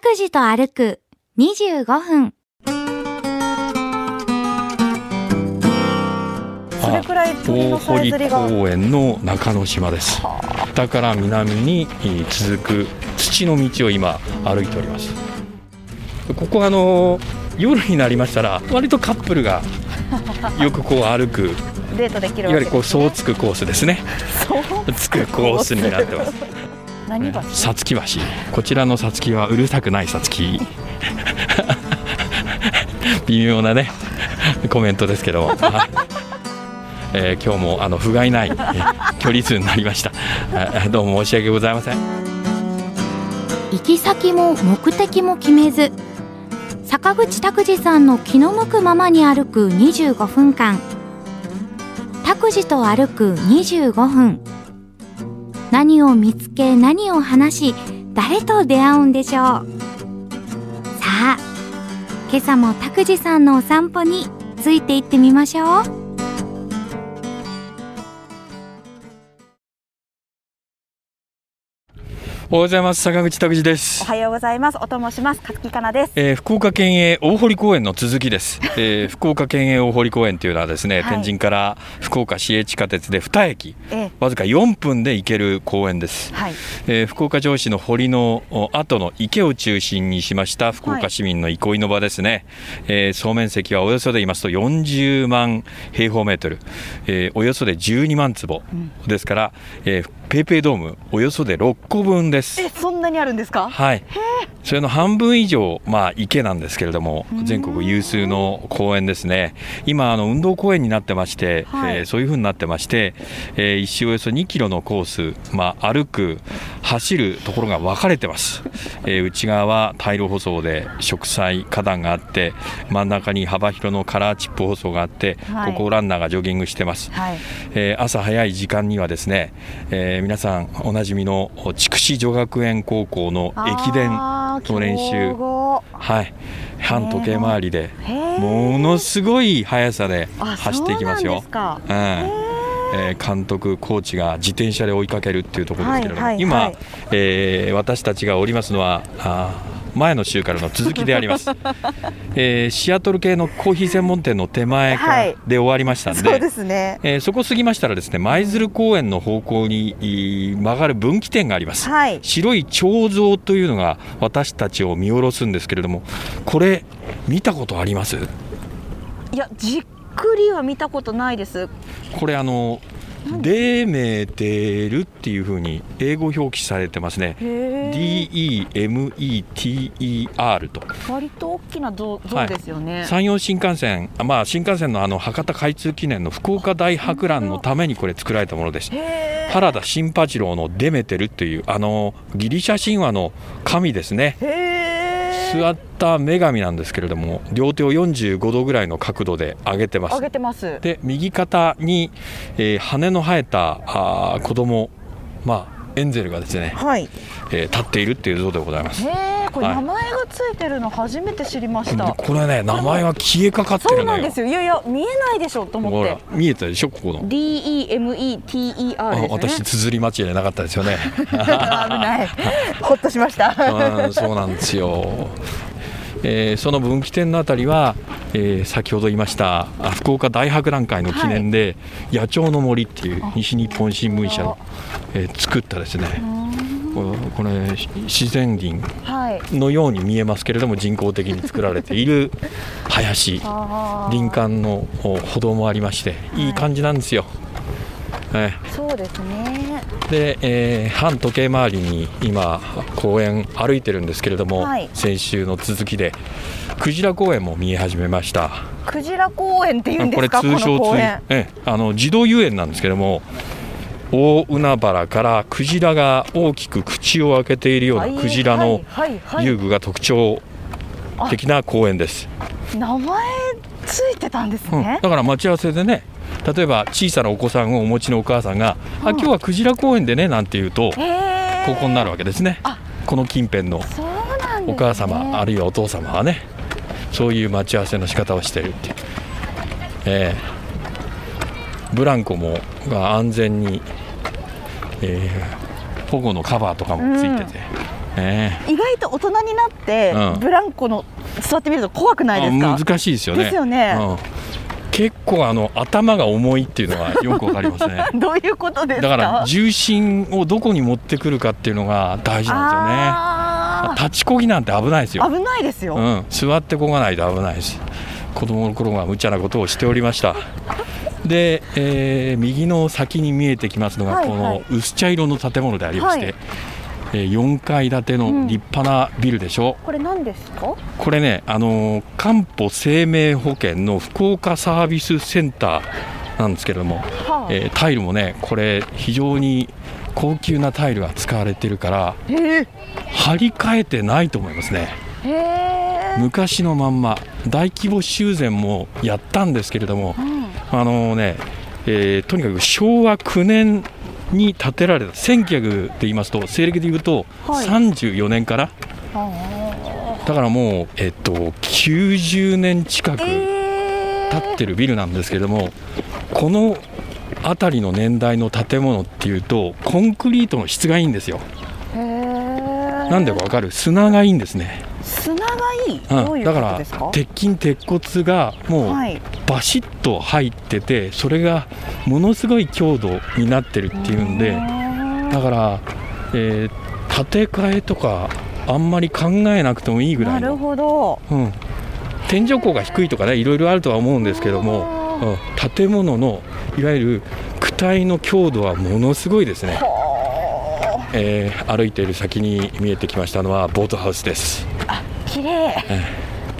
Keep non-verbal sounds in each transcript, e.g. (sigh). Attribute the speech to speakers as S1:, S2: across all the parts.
S1: くじと歩く25分。
S2: それくらい鳥
S3: 大
S2: のさえ
S3: 堀
S2: ずりが
S3: 公園の中之島です北から南に続く土の道を今歩いておりますここはあの夜になりましたら割とカップルがよくこう歩く
S2: デートでき
S3: い
S2: る
S3: わ
S2: わ
S3: ゆる
S2: け
S3: こうそうつくコースですねつくコースになってます
S2: 何が
S3: さつき橋こちらのさつきはうるさくないさつき (laughs) 微妙なねコメントですけども、はいえー今日もあの不甲斐ないえー距離数になりましたあどうも申し訳ございません
S1: 行き先も目的も決めず坂口拓司さんの気の向くままに歩く25分間拓司と歩く25分何を見つけ何を話し誰と出会うんでしょうさあ今朝も拓司さんのお散歩についていってみましょう
S3: おはようございます坂口拓司で
S2: お
S3: す、
S2: はようございますおともします勝木かなです
S3: えー福岡県営大堀公園の続きです、えー福岡県営大堀公園というのはですね、
S2: はい
S3: 天神から福岡市営地下鉄で2駅
S2: ええ
S3: わずか4分で行ける公園です
S2: はい
S3: えー福岡城市の堀のお後の池を中心にしました福岡市民の憩いの場ですね、えー総面積はおよそで言いますと40万平方メートル、えーおよそで12万坪ですから、えーペイペイドームおよそで6個分です
S2: えそんなにあるんですか
S3: はい、それの半分以上、まあ、池なんですけれども全国有数の公園ですね今あの運動公園になってまして、
S2: はい
S3: えーそういうふうになってまして、えー一周およそ2キロのコース、まあ、歩く走るところが分かれてます、えー内側はタイル舗装で植栽花壇があって真ん中に幅広のカラーチップ舗装があって、
S2: はい
S3: ここをランナーがジョギングしてます、
S2: はい
S3: えー朝早い時間にはですね、えー皆さんおなじみの筑紫女学園高校の駅伝
S2: あー
S3: の練習
S2: 強豪
S3: はい反時計回りで
S2: へー
S3: ものすごい速さで
S2: あ
S3: 走っていきます
S2: そう
S3: よ。
S2: なんですか
S3: うんえー監督、コーチが自転車で追いかけるっていうところですけれども、
S2: はいはい
S3: 今、
S2: はい
S3: えー私たちがおりますのはあー前の週からの続きであり
S2: (laughs)
S3: ます、えーシアトル系のコーヒー専門店の手前から、
S2: はい
S3: で終わりましたん
S2: そうですね
S3: えーそこ過ぎましたらですね舞鶴公園の方向にいー曲がる分岐点があります、
S2: はい
S3: 白い彫像というのが私たちを見下ろすんですけれどもこれ見たことあります
S2: いやじっくりは見たことないです
S3: これあのデーメーテルっていう風に英語表記されてますね
S2: へえ
S3: DEMETER と
S2: 割と大きな像像ですよね、
S3: 山陽新幹線、あまあ、新幹線のあの博多開通記念の福岡大博覧のためにこれ作られたものです
S2: へ
S3: 原田新八郎のデメテルというあのギリシャ神話の神ですね
S2: えへえ
S3: 座った女神なんですけれども両手を45度ぐらいの角度で上げてま
S2: 上
S3: す
S2: げてます
S3: で右肩に、えー羽の生えたあー子供まあエンゼルがですね、
S2: はい
S3: えー立っているっていう像でございます
S2: へえこれ
S3: はい
S2: 名前がついてるの初めて知りまし
S3: で
S2: た、
S3: これね名前は消えかかって
S2: そ
S3: る
S2: う
S3: の
S2: なん
S3: よ
S2: ですよいやいや見えないでしょと思
S3: ほ
S2: っ
S3: ら
S2: て
S3: 見えたでしょここの、あ
S2: DEMETER です
S3: 私
S2: ね
S3: 綴り間違いじゃなかったですよね
S2: (laughs) 危
S3: (laughs)
S2: ないほっとしました
S3: うんそうなんですよ。えーその分岐点のあたりは、えー先ほど言いましたあ福岡大博覧会の記念で、野鳥の森っていう西日本新聞社の、えー作ったですねここれし自然林
S2: はい
S3: のように見えますけれども人工的に作られている林
S2: あー
S3: 林間のお歩道もありましていい感じなんですよ。えー
S2: そうですね
S3: で、えー反時計回りに今公園歩いてるんですけれども、
S2: はい
S3: 先週の続きでクジラ公園も見え始めました
S2: クジラ公園って言うんで
S3: こ
S2: す
S3: れ
S2: かこ
S3: 通
S2: の
S3: 称
S2: 公
S3: 通
S2: 園
S3: ええあの児童遊園なんですけれども大海原からクジラが大きく口を開けているようなクジラの
S2: はいはい
S3: 遊
S2: はい
S3: 具が特徴的な公園です、
S2: 名前ついてたんです
S3: うん
S2: ね、
S3: だから待ち合わせでね例えば小さなお子さんをお持ちのお母さんが「あ今日はクジラ公園でね」なんて言うと、
S2: へえ
S3: ここになるわけですね
S2: あ。
S3: この近辺の
S2: そうなんです、ね、
S3: お母様、あるいはお父様はね、そういう待ち合わせの仕方をしているっていう。ええブランコもが安全に、ええ保護のカバーとかもついてて、え
S2: 意外と大人になって、
S3: うん
S2: ブランコの座ってみると怖くないです
S3: あ
S2: か
S3: 難しいですよね。
S2: ですよね
S3: うん結構あの頭が重いっていうのはよくわかり
S2: (laughs)
S3: ますね。
S2: どういうことです
S3: だ
S2: か
S3: から重心をどこに持ってくるかっていうのが大事なんですよ
S2: あ
S3: ね。立ちこぎなんて危ないですよ。
S2: ー危ないですよ、
S3: うん、座ってこがないと危ないし子供の頃は無茶なことをしておりましたで、えー右の先に見えてきますのが
S2: はい
S3: こ
S2: は
S3: の
S2: い
S3: 薄茶色の建物でありまして、
S2: はい
S3: え4階建ての立派なビルでしょ、
S2: これ何ですか
S3: これね、あのー漢方生命保険の福岡サービスセンターなんですけれども、
S2: はあ
S3: えータイルもねこれ非常に高級なタイルが使われてるから
S2: へえ
S3: 張り替えてないと思いますね
S2: へえ
S3: 昔のまんま大規模修繕もやったんですけれども、あのね、えーとにかく昭和9年に建てられた1900で言いますと西暦で言うと
S2: はい
S3: 34年から、だからもう、えっと90年近く経
S2: え
S3: ってるビルなんですけれども、この辺りの年代の建物っていうとコンクリートの質がいいんですよ
S2: へえ
S3: なんでかわかる砂がいいんですね、
S2: 砂がいい、ど
S3: う、
S2: うんいう
S3: だ
S2: こ
S3: か
S2: と
S3: ら
S2: ですか
S3: 鉄筋鉄骨がもう、
S2: はい
S3: バシッと入っててそれがものすごい強度になってるっていうんでだから、えー建て替えとかあんまり考えなくてもいいぐら
S2: ないる
S3: の、
S2: ほど
S3: うん、天井高が低いとかねいろいろあるとは思うんですけども、うん建物のいわゆる躯体の強度はものすごいですね。えー歩いている先に見えてきましたのはボートハウスです。
S2: 綺麗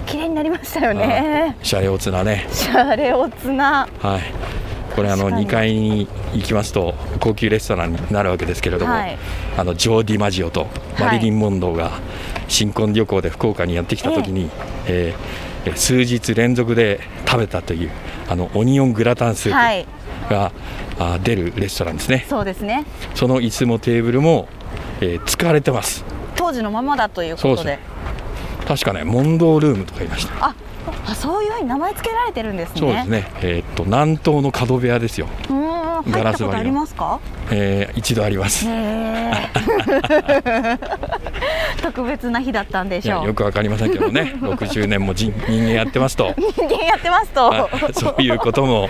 S2: 綺麗になりましたよね
S3: シャレオツなね
S2: シャレオツな
S3: はい、これあの
S2: 確かに
S3: 2階に行きますと高級レストランになるわけですけれども、
S2: はい
S3: あのジョー・ディマジオとマリリン・モンローが新婚旅行で福岡にやってきた時に、えーえー数日連続で食べたというあのオニオングラタンス
S2: は
S3: ー
S2: い
S3: プが、あ出るレストランですね
S2: そうですね
S3: その椅子もテーブルも、えー使われてます
S2: 当時のままだという
S3: そう
S2: こ
S3: です
S2: とで
S3: ね確かねモンロールームとか言いました
S2: ああそういうふうに名前つけられてるんですね
S3: そうですねえーっと南東の角部屋ですよ、
S2: うーん入
S3: ガ
S2: った
S3: ラ
S2: こ
S3: ス張りの
S2: とありますか
S3: えー一度あります
S2: へえ (laughs) 特別な日だったんで
S3: い
S2: し
S3: や
S2: ょう
S3: よくわかりませんけど
S2: (laughs)
S3: ね60年も人人間やってますと
S2: 人間やってますと
S3: あそういうことも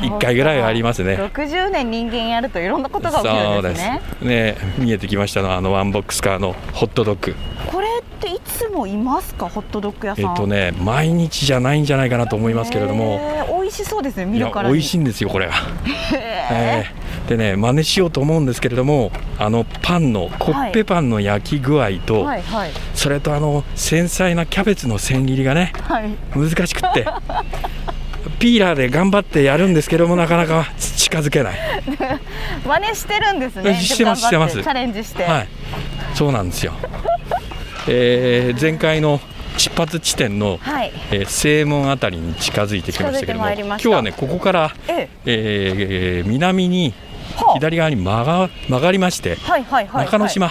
S3: 1回ぐらいはありますね。
S2: 60年人間やるといろんなことが起き
S3: そ
S2: る
S3: うん
S2: で
S3: ですす
S2: ね
S3: ね見えてきましたのはあのワンボックスカーのホットドッグ
S2: これっていつもいますかホットドッグ屋さ
S3: え
S2: ん
S3: っとね毎日じゃないんじゃないかなと思いますけれども
S2: へー美味しそうですね見
S3: い
S2: る
S3: や
S2: から
S3: 美味しい
S2: い
S3: んですよこれは。えーでね真似しようと思うんですけれどもあのパンのコッペパンの焼き具合と、
S2: はいはい
S3: それとあの繊細なキャベツの千切りがね
S2: はい
S3: 難しくってピーラーで頑張ってやるんですけどもなかなか近づけない、
S2: 真似してるんです
S3: (laughs)
S2: ね
S3: してます
S2: でも頑張っ
S3: してます
S2: チャレンジして、
S3: はい、そうなんですよ、えー前回の出発地点の、
S2: はい
S3: えー正門あたりに近づいてきましたけども
S2: 近づいてまいり
S3: 今
S2: まし
S3: 日
S2: た
S3: はねここから、
S2: ええ
S3: えー南に
S2: はあ
S3: 左側に曲が曲がりまして、
S2: はいはいはいはい
S3: 中之島、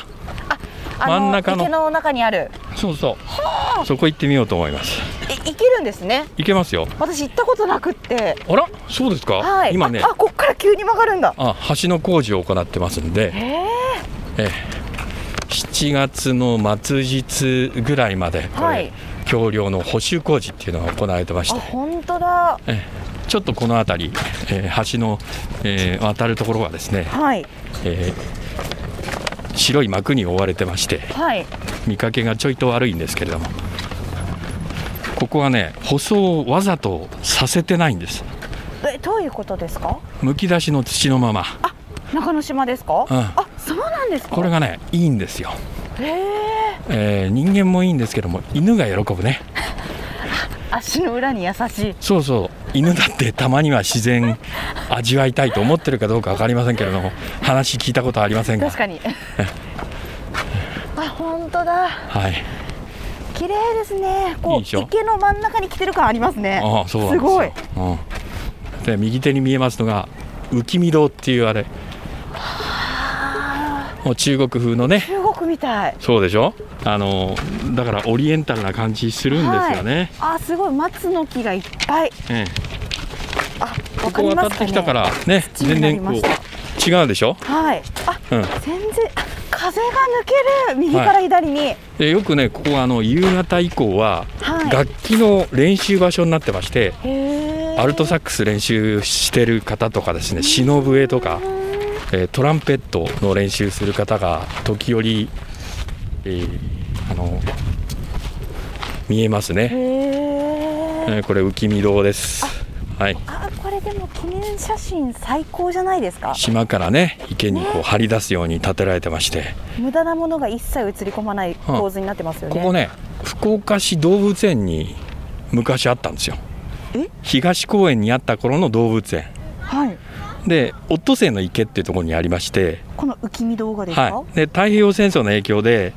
S2: あの
S3: 真ん中の
S2: 池の中にある
S3: そうそうそこ行ってみようと思います
S2: え行けるんですね
S3: 行けますよ
S2: 私行ったことなくって
S3: あらそうですか、
S2: はい
S3: 今ね
S2: ああこっから急に曲がるんだ
S3: あ橋の工事を行ってますんで、ええ7月の末日ぐらいまでこれ、
S2: はい
S3: 橋梁の補修工事っていうのが行われてまし
S2: あ
S3: て、
S2: 本当だ
S3: ええちょっとこの辺り、ええ橋の、ええ渡るところがですね、
S2: はい
S3: ええ白い幕に覆われてまして
S2: はい
S3: 見かけがちょいと悪いんですけれどもここはね舗装をわざとさせてないんです
S2: えどういうことですか
S3: むき出しの土のまま
S2: 中之島ですか、
S3: うん
S2: あそうなんですか
S3: これがねいいんですよ
S2: へえ
S3: えー人間もいいんですけども犬が喜ぶね
S2: 足の裏に優しい
S3: そうそう犬だってたまには自
S2: (laughs)
S3: 然味わいたいと思ってるかどうか分かりませんけれども話聞いたことありませんが
S2: 確かにあ本当だ
S3: はい
S2: 綺麗ですねこ
S3: い
S2: う
S3: いでしょ
S2: 池の真ん中に来てる感ありますね
S3: ああそうなんですよ
S2: すごい、
S3: うん、で右手に見えますのが浮見堂っていうあれもう中国風のね
S2: 中国みたい
S3: そうでしょあのだからオリエンタルな感じするんですよね、
S2: はい、あすごい松の木がいっぱい
S3: ええ
S2: あわ
S3: こ
S2: か
S3: こ
S2: りま
S3: 渡
S2: すかね
S3: ってきたからね
S2: 土に
S3: 全
S2: なり
S3: 然こ
S2: ました
S3: う違うでしょ、
S2: はいあ
S3: うん、
S2: 全然あ風が抜ける右から左に、
S3: えよくねここはあの夕方以降は
S2: はい
S3: 楽器の練習場所になってまして、
S2: へー
S3: アルトサックス練習してる方とかですねシノ笛とか、えートランペットの練習する方が時折、えーあの見えます
S2: へ
S3: ね、
S2: ー
S3: えーこれ浮見堂ですはい
S2: あこれでも記念写真最高じゃないですか
S3: 島からね池にこう張り出すように建てられてまして
S2: 無駄なものが一切映り込まない構図になってますよね、
S3: ここね福岡市動物園に昔あったんですよ
S2: え
S3: 東公園にあった頃の動物園
S2: はい
S3: でオットセイの池っていうところにありまして
S2: この浮見動画ですか、
S3: はい、で太平洋戦争の影響で、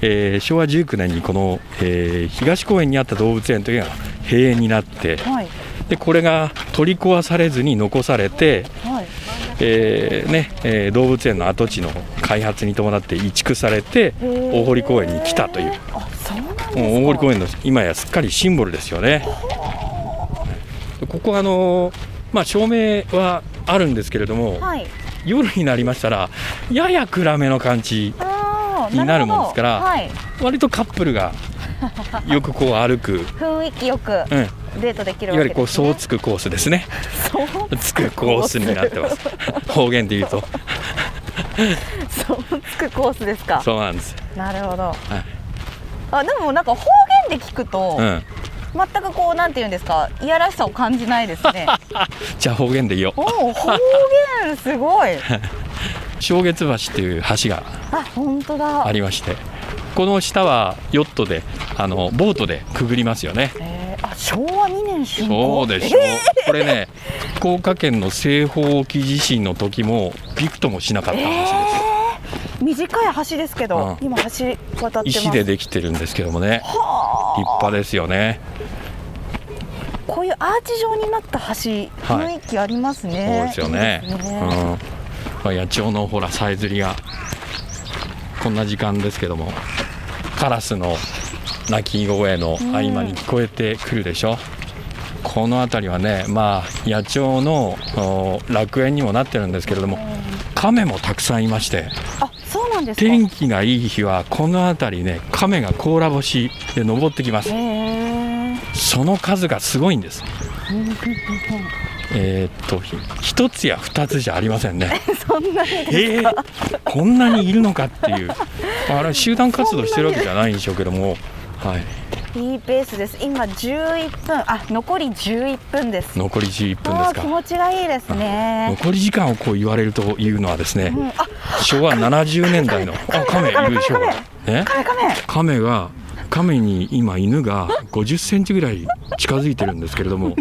S3: えー昭和19年にこの、えー東公園にあった動物園というのが閉園になって
S2: はい
S3: でこれが取り壊されずに残されて、
S2: はい
S3: えーねえー動物園の跡地の開発に伴って移築されて
S2: へー
S3: 大堀公園に来たという
S2: あそうなんですか
S3: もう大堀公園の今やすっかりシンボルですよね。ここあのーまあ、照明はあるんですけれども、
S2: はい
S3: 夜になりましたらやや暗めの感じ
S2: あー
S3: になるもんですから
S2: なるほどはい、
S3: 割とカップルがよくこう歩く、
S2: 雰囲気よく
S3: うん、いわ
S2: デートできるわ
S3: ゆ
S2: け
S3: るこ
S2: で
S3: う
S2: す
S3: そう
S2: ね
S3: つくコースですね
S2: そう
S3: つくコースになってます方言で言うと
S2: そうつくコースですか
S3: そうなんです、
S2: なるほど、
S3: い
S2: あでもなんか方言で聞くと、
S3: うん、
S2: 全くこうなんていうんですかいやらしさを感じないですね
S3: じゃあ方言で言おう
S2: おお方言すご
S3: (laughs)
S2: い
S3: 正月橋っていう橋が
S2: あ本当だ
S3: ありましてこの下はヨットであのボートでくぐりますよね
S2: えーあ昭和2年竣
S3: そ
S2: 工
S3: うでしょう、これね福岡県の西方沖地震の時もびくともしなかった橋です、
S2: え短い橋ですけど、
S3: うん
S2: 今橋渡ってます
S3: 石でできてるんですけどもね立派ですよね
S2: こういうアーチ状になった橋、雰囲気ありますね
S3: そうですよね。
S2: いいです
S3: うん
S2: ね
S3: まあ、野鳥のほらさえずりがこんな時間ですけどもカラスの鳴き声の合間に聞こえてくるでしょ。この辺りはね、まあ、野鳥のお楽園にもなってるんですけれども亀もたくさんいまして
S2: あそうなんですか
S3: 天気がいい日はこの辺りね亀が甲羅干しで登ってきます
S2: へえ
S3: その数がすごいんですえーっとひ一つや二つじゃありませんね (laughs)
S2: そんなに
S3: えー、こんなにいるのかっていう、まあ、あれは集団活動してるわけじゃないんでしょうけども、はい、
S2: いいペースです今11分あ残り11分です
S3: 残り11分で
S2: あ
S3: す
S2: ー気
S3: か
S2: 持ちがいいですね
S3: 残り時間をこう言われるというのはですね、
S2: うんあ
S3: 昭和70年代のあ亀いるでしょう
S2: 亀
S3: ね
S2: カメカメ
S3: 亀が亀に今犬が50センチぐらい近づいてるんですけれども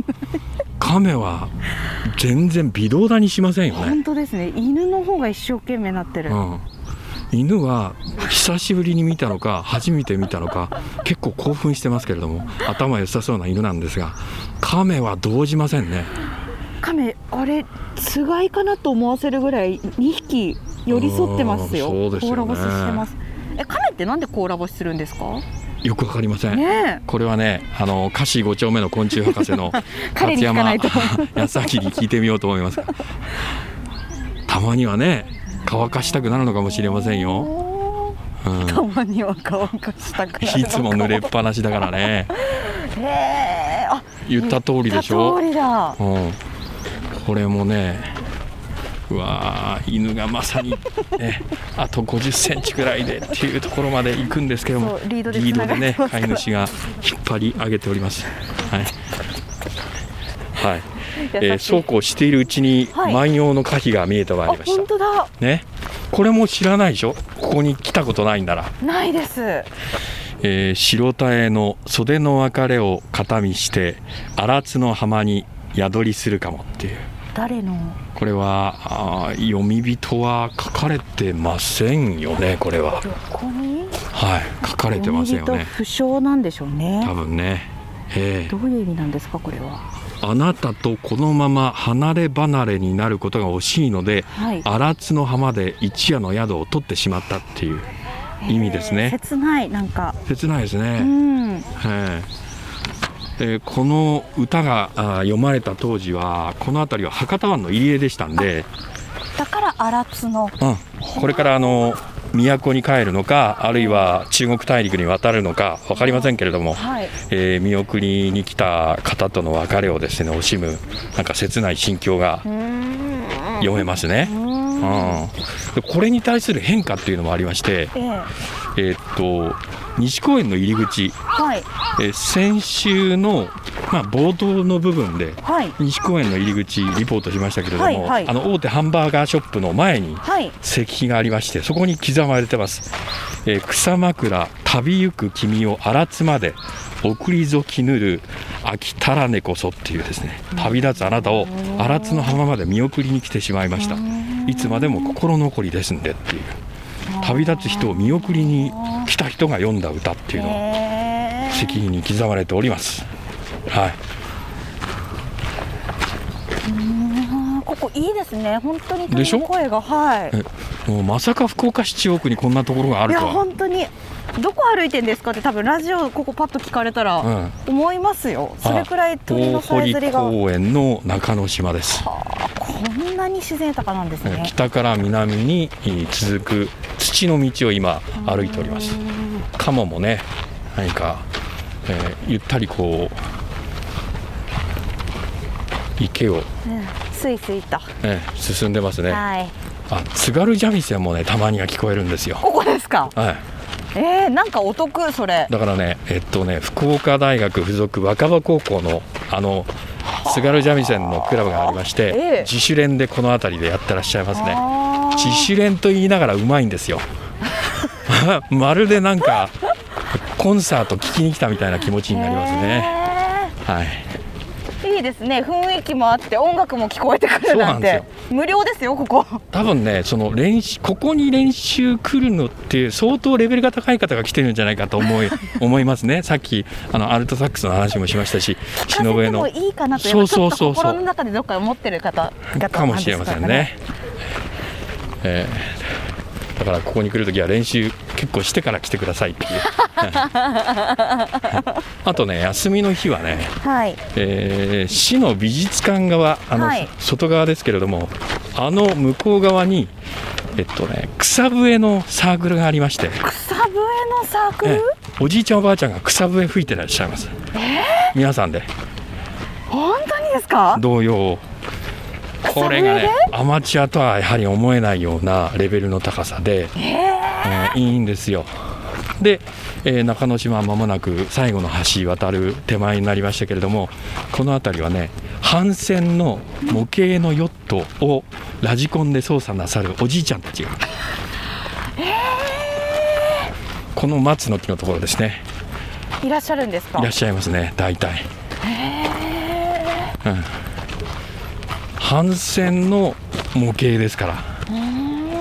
S3: 亀は全然微動だにしませんよね
S2: 本当ですね犬の方が一生懸命なってる、
S3: うん、犬は久しぶりに見たのか初めて見たのか結構興奮してますけれども頭良さそうな犬なんですがカメは動じませんね
S2: カメあれつがいかなと思わせるぐらい2匹寄り添ってますよ
S3: うんそうですよね
S2: 甲羅干ししてますえカメってなんで甲羅干しするんですか
S3: よくわかりません、
S2: ね
S3: これはねあの菓子5丁目の昆虫博士の
S2: (laughs) 彼に聞かないと
S3: 康明に聞いてみようと思いますがたまにはね乾かしたくなるのかもしれません
S2: え
S3: よ、
S2: おー
S3: うん、
S2: たまには乾かしたくなる
S3: いつも濡れっぱなしだからね
S2: へーあ
S3: 言った通りでしょ
S2: 言った通りだ
S3: うん、これもねうわー犬がまさに、 (laughs) ね、あと5 0センチくらいでっていうところまで行くんですけども
S2: そうリードで
S3: リードでね
S2: 繋がっ
S3: 飼
S2: てますか
S3: い
S2: ら
S3: 主が引っ張り上げております。はいはいえー
S2: 優しい
S3: そうこうしているうちに、
S2: はい
S3: 万葉の花碑が見えてまい
S2: あ
S3: りまし
S2: 本
S3: た、
S2: 当だ
S3: ね、これも知らないでしょここに来たことないんだら
S2: ないです
S3: えー白田への袖の別れを形見して荒津の浜に宿りするかもっていう
S2: 誰の
S3: これはあー読み人は書かれてませんよねこれは
S2: ここに
S3: はい書かれてませんよ
S2: おにぎ
S3: ね
S2: りと不詳なんでしょう
S3: 多
S2: ね
S3: 分ねええ
S2: どういう意味なんですかこれは
S3: あなたとこのまま離れ離れになることが惜しいので
S2: はい
S3: 荒津の浜で一夜の宿を取ってしまったっていう意味です
S2: えー
S3: ね
S2: 切ないなんか
S3: 切ないですね、
S2: うん
S3: えええーこの歌があー読まれた当時はこの辺りは博多湾の入り江でしたんで、
S2: だから荒津の
S3: うんこれからあの都に帰るのかあるいは中国大陸に渡るのか分かりませんけれども、
S2: はい
S3: えー見送りに来た方との別れをですね惜しむなんか切ない心境が
S2: うーん
S3: 読めますね。
S2: う
S3: う
S2: ー
S3: ん、
S2: ん
S3: でこれに対する変化っていうのもありまして、
S2: ええ
S3: えーっと西公園の入り口、
S2: はい
S3: えー先週の、まあ、冒頭の部分で
S2: はい
S3: 西公園の入り口リポートしましたけれども、
S2: はいはい
S3: あの大手ハンバーガーショップの前に
S2: はい
S3: 石碑がありましてそこに刻まれてます、えー草枕旅ゆく君を荒津まで送りぞきぬる秋たらねこそっていうですね旅立つあなたを荒津の浜まで見送りに来てしまいましたいつまでも心残りですんでっていう旅立つ人を見送りに来た人が読んだ歌っていうのを
S2: え
S3: 石碑に刻まれておりますはい
S2: ーここいいですね本当に
S3: でしょ
S2: 鳥の声がはい
S3: えもうまさか福岡市中央区にこんなところがあ
S2: い
S3: る
S2: や
S3: とは
S2: 本当にどこ歩いてんですかって多分ラジオここパッと聞かれたら
S3: うん
S2: 思いますよ、それくらい鳥の
S3: 大
S2: さえずり
S3: 堀
S2: がこ
S3: 公園の中之島です
S2: んなに自然豊かなんですね
S3: 北から南に続く土の道を今歩いておりますカモもね何か、えーゆったりこう池を、
S2: うんスイスイと、
S3: えー進んでますねあ
S2: はい
S3: 津軽三味線もねたまには聞こえるんですよ
S2: ここですか
S3: はい
S2: えー、なんかお得それ
S3: だからねえっとね福岡大学附属若葉高校のあの津軽三味線のクラブがありまして、
S2: ええ
S3: 自主練でこの辺りでやってらっしゃいますね
S2: あー
S3: 自主練と言いながらうまいんですよ (laughs) まるでなんかコンサート聞きに来たみたいな気持ちになりますね、はい、
S2: えーいいですね雰囲気もあって音楽も聞こえてくるなん
S3: そうな
S2: て
S3: んで
S2: 無料ですよここ
S3: 多分ねその練習ここに練習来るのって相当レベルが高い方が来てるんじゃないかと思い思いますねさっきあのアルトサックスの話もしましたし
S2: 聞
S3: 篠
S2: かせ
S3: 笛
S2: ても
S3: の
S2: いいかなと
S3: そうそう
S2: ち
S3: そ
S2: ょ
S3: う
S2: っ
S3: そう
S2: と心の中でどっか思ってる方々
S3: かもしれませんねえーだからここに来るときは練習結構してから来てください
S2: (laughs)
S3: っていうあとね休みの日はね
S2: はい
S3: えー市の美術館側あの、
S2: はい
S3: 外側ですけれどもあの向こう側に、えっとね、草笛のサークルがありまして、
S2: 草笛のサークル、
S3: ええおじいちゃんおばあちゃんが草笛吹いてらっしゃいます、皆さんで
S2: 本当にですか
S3: 童謡をこれがね
S2: 草
S3: アマチュアとはやはり思えないようなレベルの高さで、えーいいんですよで、えー中之島は間もなく最後の橋渡る手前になりましたけれどもこの辺りはね帆船の模型のヨットをラジコンで操作なさるおじいちゃんたちが、この松の木のところですね
S2: いらっしゃるんですか
S3: いらっしゃいますね大体うん帆船の模型ですから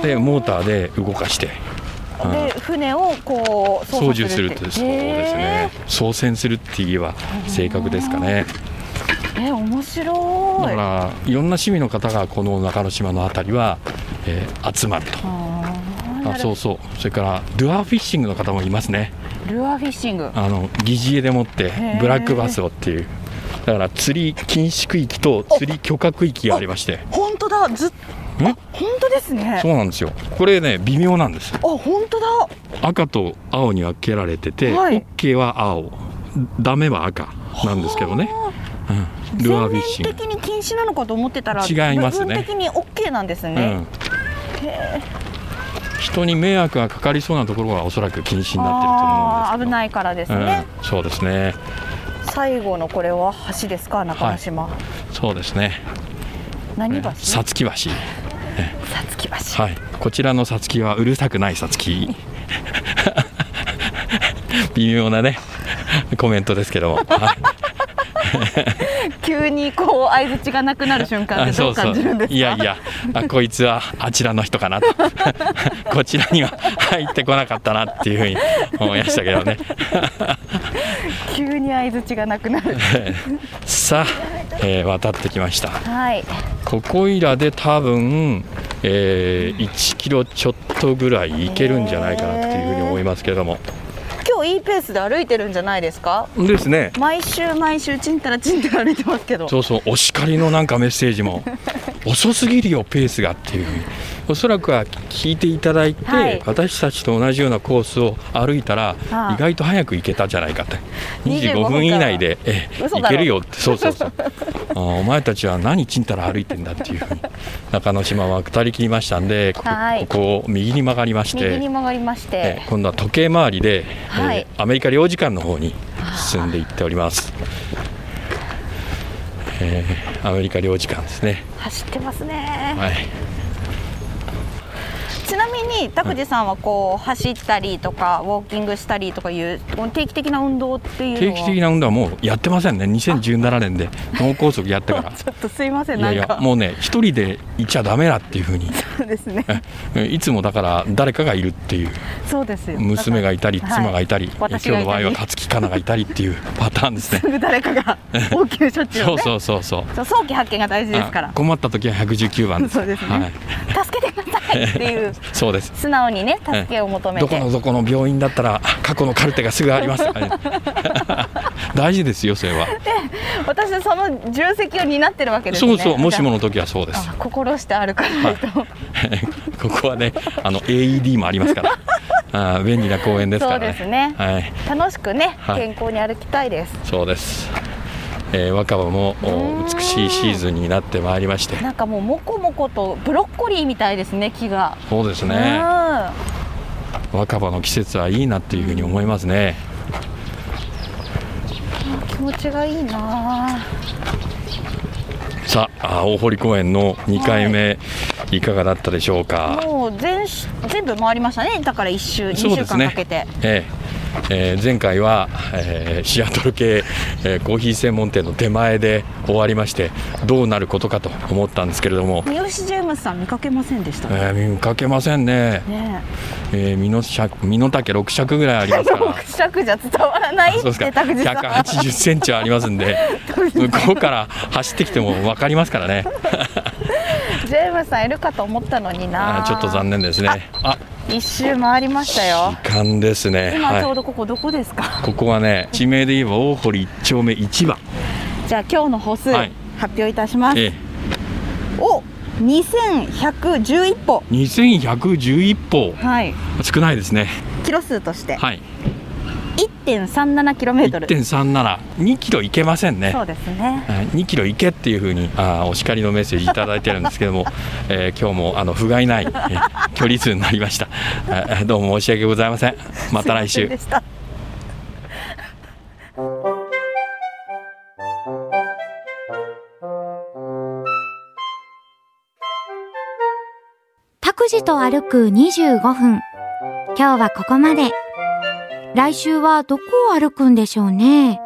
S3: でモーターで動かしてうん
S2: で船をこう
S3: 操縦
S2: 操縦
S3: す
S2: す
S3: る
S2: る
S3: っ
S2: ってて
S3: そうですね操船するって言えば正確ですかね
S2: へーえ面
S3: だか
S2: 白
S3: らい
S2: い
S3: ろんな趣味の方がこの中之島の辺りは、えー集まるとあそうそうそれからルアーフィッシングの方もいますね
S2: ルアーフィッシング
S3: あの疑似餌でもって
S2: ー
S3: ブラックバスをっていうだから釣り禁止区域と釣り許可区域がありまして
S2: 本当だずっ
S3: ん
S2: 本当ですね
S3: そうなんですよこれね微妙なんです
S2: あ本当だ
S3: 赤と青に分けられてて、
S2: はい
S3: OK は青ダメは赤なんですけどね、うん、ルアーフィッシング
S2: 全、面的に禁止なのかと思ってたら
S3: 違いますね
S2: 部分的に OK なんです
S3: う
S2: ね
S3: ん、人に迷惑がかかりそうなところはおそらく禁止にな
S2: あ
S3: っ
S2: あ
S3: てると思うんですけど
S2: ー危ないからですね
S3: うん、そうですね
S2: 最後のこれは橋ですか中之島
S3: そうですね
S2: 何橋
S3: さつき橋
S2: さつき橋
S3: はい、こちらのさつきはうるさくないさつき (laughs) 微妙なねコメントですけども、はい
S2: 急にこう相槌がなくなる瞬間ってどう感じるんですか
S3: いやいやあこいつはあちらの人か
S2: (laughs)
S3: なとこちらには入ってこなかったなっていうふうに思いましたけどね
S2: 急に相槌がなく
S3: (laughs)
S2: なる
S3: さあ、えー渡ってきました
S2: はい
S3: ここいらで多分、えー1キロちょっとぐらい行けるんじゃないかなっていうふうに思いますけれども
S2: 今日いいペースで歩いてるんじゃないですか
S3: ですね
S2: 毎週毎週ちんたらちんたら歩いてますけど (laughs)
S3: そうそうお叱りのなんかメッセージも遅すぎるよペースがっていうふうにおそらくは聞いていただいて、
S2: はい
S3: 私たちと同じようなコースを歩いたら、
S2: ああ
S3: 意外と早く行けたじゃないかって
S2: 25
S3: 25分以内でええ
S2: 嘘
S3: 行
S2: だろ
S3: けるよってそうそうそうああお前たちは何ちんたら歩いてんだっていうふうに中之島は下りきりましたんでここ
S2: はい
S3: ここを右に曲がりまして
S2: 右に曲がりまして、
S3: えー今度は時計回りで、
S2: はい
S3: えーアメリカ領事館の方に進んでいっております、えーアメリカ領事館ですね、
S2: 走ってますね、
S3: はい、
S2: ちなみに拓司さんはこう走ったりとかウォーキングしたりとかいう定期的な運動っていうの
S3: 定
S2: は
S3: 期的な運動はもうやってませんね2017年で脳梗塞やって
S2: (laughs)
S3: か
S2: (laughs) ちょっとすいませ
S3: ら
S2: ん
S3: いやい
S2: なんか
S3: やもうね一人で行っちゃダメだっていうふうに (laughs)
S2: そう (laughs) ですね
S3: えいつもだから誰かがいるっていう
S2: そうですよ
S3: 娘がいたり
S2: はい
S3: 妻がいたり、今
S2: 私
S3: 日
S2: がいたり
S3: の場合は辰木かながいたりっていう (laughs) パターンですね
S2: すぐ誰かが応急処置
S3: そ
S2: を、ね、
S3: うそうそうそう
S2: そう早期発見が大事ですか
S3: あ
S2: ら
S3: 困った時は119番です
S2: そうですね
S3: はい、
S2: 助けてくださいっていう
S3: そうです
S2: 素直にね助けを求め
S3: どこ
S2: て
S3: のどこの病院だったら過去のカルテがすぐあり
S2: (laughs)
S3: ます。はい大事ですよ、それは。
S2: 私その重責を担ってるわけです
S3: そ
S2: ね
S3: うそう、もしも
S2: の
S3: の時はそうです。
S2: 心して歩かないと、
S3: ここはね、あの AED もありますから。あー便利な公園ですからね。
S2: そうですね
S3: はい、
S2: 楽しくね、
S3: はい
S2: 健康に歩きたいです
S3: そうです。えー若葉もお美しいシーズンになってまいりまして。
S2: なんかもうモコモコとブロッコリーみたいですね木が、
S3: そうですね。若葉の季節はいいなっていうふうに思いますね。
S2: うん気持ちがいいな
S3: さあ、あー大堀公園の2回目、いかがだったでしょうか。
S2: もう全し全部回りましたねだから一周2
S3: そう
S2: 週
S3: です
S2: 間
S3: ね
S2: かけて、
S3: えええー前回は、えーシアトル系、えーコーヒー専門店の手前で終わりましてどうなることかと思ったんですけれども、
S2: 三好ジェームスさん見かけませんでしたね
S3: えー見かけませんね、
S2: ね
S3: えー、身の尺身の丈6尺ぐらいありますから。
S2: くしゃくじゃ伝わらない
S3: あ
S2: っ
S3: そう
S2: て
S3: ですか
S2: 拓司さん
S3: 180センチはありますんで向こうから走ってきても分かりますからね
S2: ジェームスさんいるかと思ったのに
S3: あ
S2: な
S3: ーちょっと残念ですねあ
S2: 一周回りましたよ
S3: 時間ですね
S2: 今ちょう
S3: は
S2: どここどこですか、
S3: い、ここはね地名で言えば大堀1丁目1番、
S2: じゃあ今日の歩数、
S3: はい
S2: 発表いたします、
S3: え
S2: お2111歩
S3: え、2111歩
S2: はい
S3: 少ないですね
S2: キロ数として、
S3: はい、
S2: 1.37キロメートル
S3: 1.37、2キロいけませんね
S2: そ。うですね
S3: はい2キロいけっていうふうにあーお叱りのメッセージいただいてるんですけども、 (laughs) えー今日もあの不甲斐ないえー距離数になりましたあーどうも申し訳ございませんまた (laughs) 来
S2: すい
S3: 週
S2: ませんでした
S1: タクジと歩く25分。今日はここまで。来週はどこを歩くんでしょうね。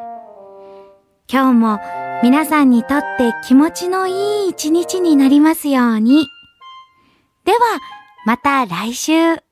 S1: 今日も皆さんにとって気持ちのいい一日になりますように。では、また来週。